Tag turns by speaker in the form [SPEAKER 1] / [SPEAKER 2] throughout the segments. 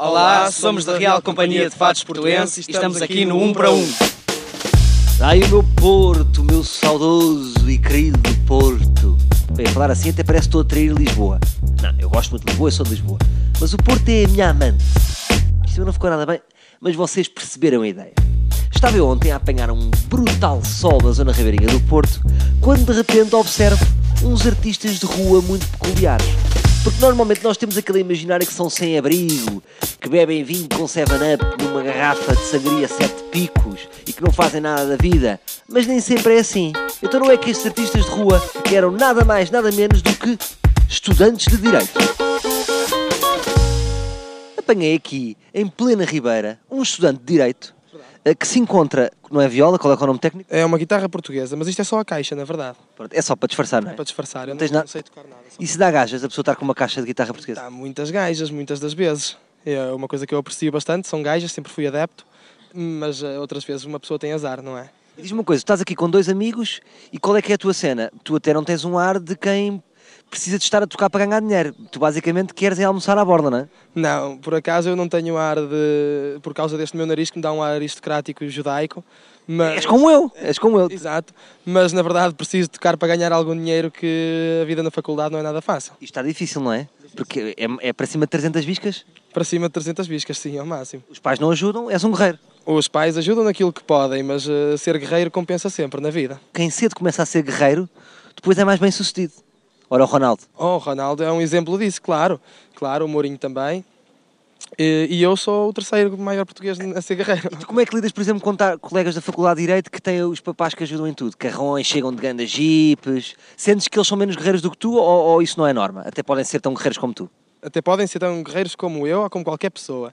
[SPEAKER 1] Olá, somos da Real Companhia de Fados Portuenses e estamos aqui no 1 para 1.
[SPEAKER 2] Ai, o meu Porto, meu saudoso e querido Porto. Bem, falar assim até parece que estou a trair Lisboa. Não, eu gosto muito de Lisboa, eu sou de Lisboa. Mas o Porto é a minha amante. Isto não ficou nada bem, mas vocês perceberam a ideia. Estava eu ontem a apanhar um brutal sol na zona ribeirinha do Porto, quando de repente observo uns artistas de rua muito peculiares. Porque normalmente nós temos aquele imaginário que são sem abrigo, que bebem vinho com 7-up numa garrafa de sangria sete picos e que não fazem nada da vida. Mas nem sempre é assim. Então não é que estes artistas de rua eram nada mais, nada menos do que estudantes de direito apanhei aqui, em plena Ribeira, um estudante de Direito eh, que se encontra, não é viola, qual é, que é o nome técnico?
[SPEAKER 3] É uma guitarra portuguesa, mas isto é só a caixa, na verdade.
[SPEAKER 2] Pronto, é só para disfarçar, não é?
[SPEAKER 3] Para disfarçar, eu não,
[SPEAKER 2] tens nada-
[SPEAKER 3] não sei tocar nada. Só...
[SPEAKER 2] E se dá gajas a pessoa estar com uma caixa de guitarra portuguesa?
[SPEAKER 3] Há muitas gajas, muitas das vezes. É uma coisa que eu aprecio bastante, são gajas, sempre fui adepto, mas eh, outras vezes uma pessoa tem azar, não é?
[SPEAKER 2] E Diz-me uma coisa, tu estás aqui com dois amigos e qual é que é a tua cena? Tu até não tens um ar de quem precisa de estar a tocar para ganhar dinheiro. Tu basicamente queres é almoçar à borda, não é?
[SPEAKER 3] Não, por acaso eu não tenho ar de. por causa deste meu nariz que me dá um ar aristocrático e judaico, mas.
[SPEAKER 2] És como eu, és como eu.
[SPEAKER 3] Exato, mas na verdade preciso tocar para ganhar algum dinheiro que a vida na faculdade não é nada fácil.
[SPEAKER 2] Isto está difícil, não é? Porque é, é para cima de 300 biscas,
[SPEAKER 3] Para cima de 300 biscas, sim, ao máximo.
[SPEAKER 2] os pais não ajudam, és um guerreiro.
[SPEAKER 3] Os pais ajudam naquilo que podem, mas eh, ser guerreiro compensa sempre na vida.
[SPEAKER 2] Quem cedo começa a ser guerreiro, depois é mais bem sucedido. Ora, o Ronaldo.
[SPEAKER 3] Oh, o Ronaldo é um exemplo disso, claro. Claro, o Mourinho também. E, e eu sou o terceiro maior português a ser guerreiro.
[SPEAKER 2] Tu como é que lidas, por exemplo, com ta- colegas da Faculdade de Direito que têm os papás que ajudam em tudo? Carrões, chegam de grandes jipes. Sentes que eles são menos guerreiros do que tu ou, ou isso não é norma? Até podem ser tão guerreiros como tu.
[SPEAKER 3] Até podem ser tão guerreiros como eu ou como qualquer pessoa.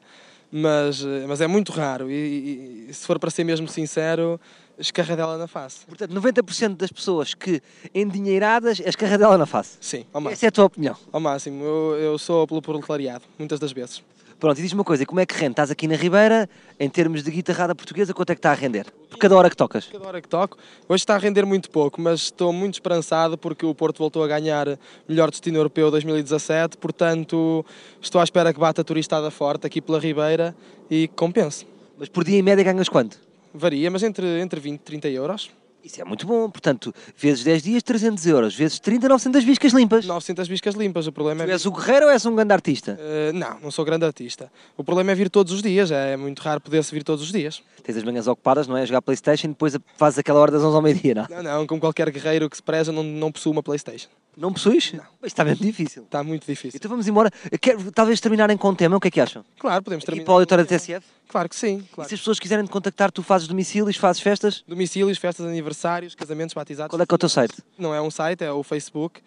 [SPEAKER 3] Mas, eh, mas é muito raro. E, e- e se for para ser mesmo sincero, escarra dela na face.
[SPEAKER 2] Portanto, 90% das pessoas que endinheiradas, as carradela na face.
[SPEAKER 3] Sim, ao máximo.
[SPEAKER 2] Essa é a tua opinião.
[SPEAKER 3] Ao máximo. Eu, eu sou pelo proletariado, muitas das vezes.
[SPEAKER 2] Pronto, e diz-me uma coisa, e como é que rende? Estás aqui na Ribeira, em termos de guitarrada portuguesa, quanto é que está a render? Por cada hora que tocas?
[SPEAKER 3] Cada hora que toco. Hoje está a render muito pouco, mas estou muito esperançado porque o Porto voltou a ganhar melhor destino europeu 2017, portanto estou à espera que bata a turistada forte aqui pela Ribeira e que compense.
[SPEAKER 2] Mas por dia em média ganhas quanto?
[SPEAKER 3] Varia, mas entre, entre 20 e 30 euros.
[SPEAKER 2] Isso é muito bom, portanto, vezes 10 dias, 300 euros, vezes 30, 900 viscas limpas.
[SPEAKER 3] 900 biscas limpas, o problema
[SPEAKER 2] Tu
[SPEAKER 3] é...
[SPEAKER 2] és o guerreiro ou és um grande artista?
[SPEAKER 3] Eh, não, não sou grande artista. O problema é vir todos os dias, é muito raro poder-se vir todos os dias.
[SPEAKER 2] Tens as manhãs ocupadas, não é? A jogar Playstation, depois fazes aquela hora das 11 ao meio-dia, não?
[SPEAKER 3] Não, não, como qualquer guerreiro que se preza, não, não possui uma Playstation.
[SPEAKER 2] Não possuis? Não. Mas está mesmo difícil.
[SPEAKER 3] Está muito difícil.
[SPEAKER 2] Então vamos embora. Eu quero talvez terminarem com um tema, o que é que acham?
[SPEAKER 3] Claro, podemos
[SPEAKER 2] Aqui
[SPEAKER 3] terminar.
[SPEAKER 2] para o auditório da TSF?
[SPEAKER 3] Claro que sim,
[SPEAKER 2] E
[SPEAKER 3] claro.
[SPEAKER 2] se as pessoas quiserem te contactar, tu fazes domicílios, fazes festas?
[SPEAKER 3] Domicílios, festas, aniversários, casamentos, batizados.
[SPEAKER 2] Qual é que é o teu site?
[SPEAKER 3] Não é um site, é o Facebook.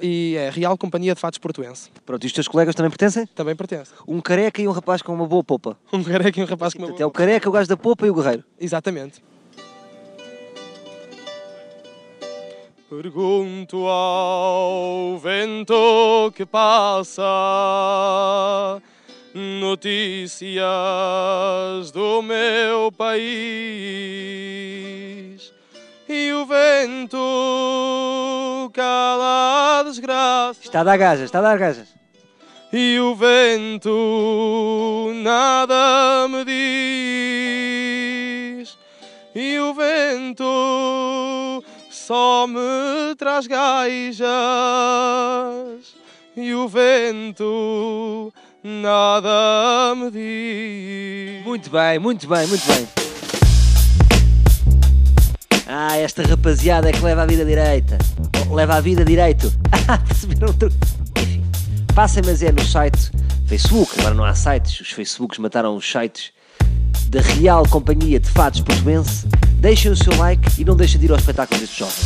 [SPEAKER 3] E é Real Companhia de Fatos Portuense.
[SPEAKER 2] Pronto, e os teus colegas também pertencem?
[SPEAKER 3] Também pertence.
[SPEAKER 2] Um careca e um rapaz com uma boa popa.
[SPEAKER 3] Um careca e um rapaz com uma
[SPEAKER 2] Portanto, é o
[SPEAKER 3] boa...
[SPEAKER 2] careca, o gajo da popa e o guerreiro.
[SPEAKER 3] Exatamente. Pergunto ao vento que passa notícias do meu país e o vento cala a desgraça.
[SPEAKER 2] Está a dar gajas, está a dar gajas.
[SPEAKER 3] e o vento nada me diz, e o vento só me traz gaijas, e o vento nada me diz.
[SPEAKER 2] Muito bem, muito bem, muito bem. Ah, esta rapaziada é que leva a vida direita. Oh, Leva a vida direito. Ah, perceberam o truque? Enfim, passem mas é no site Facebook. Agora não há sites. Os Facebooks mataram os sites da Real Companhia de Fados Portuense. Deixem o seu like e não deixem de ir ao espetáculo destes jovens.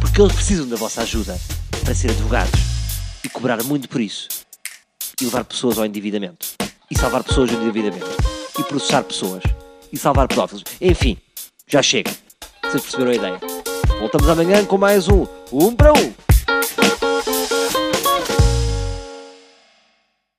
[SPEAKER 2] Porque eles precisam da vossa ajuda para ser advogados e cobrar muito por isso e levar pessoas ao endividamento. E salvar pessoas do endividamento. E processar pessoas. E salvar pedófilos. Enfim, já chega. Vocês perceberam a ideia. Voltamos amanhã com mais um. Um para um.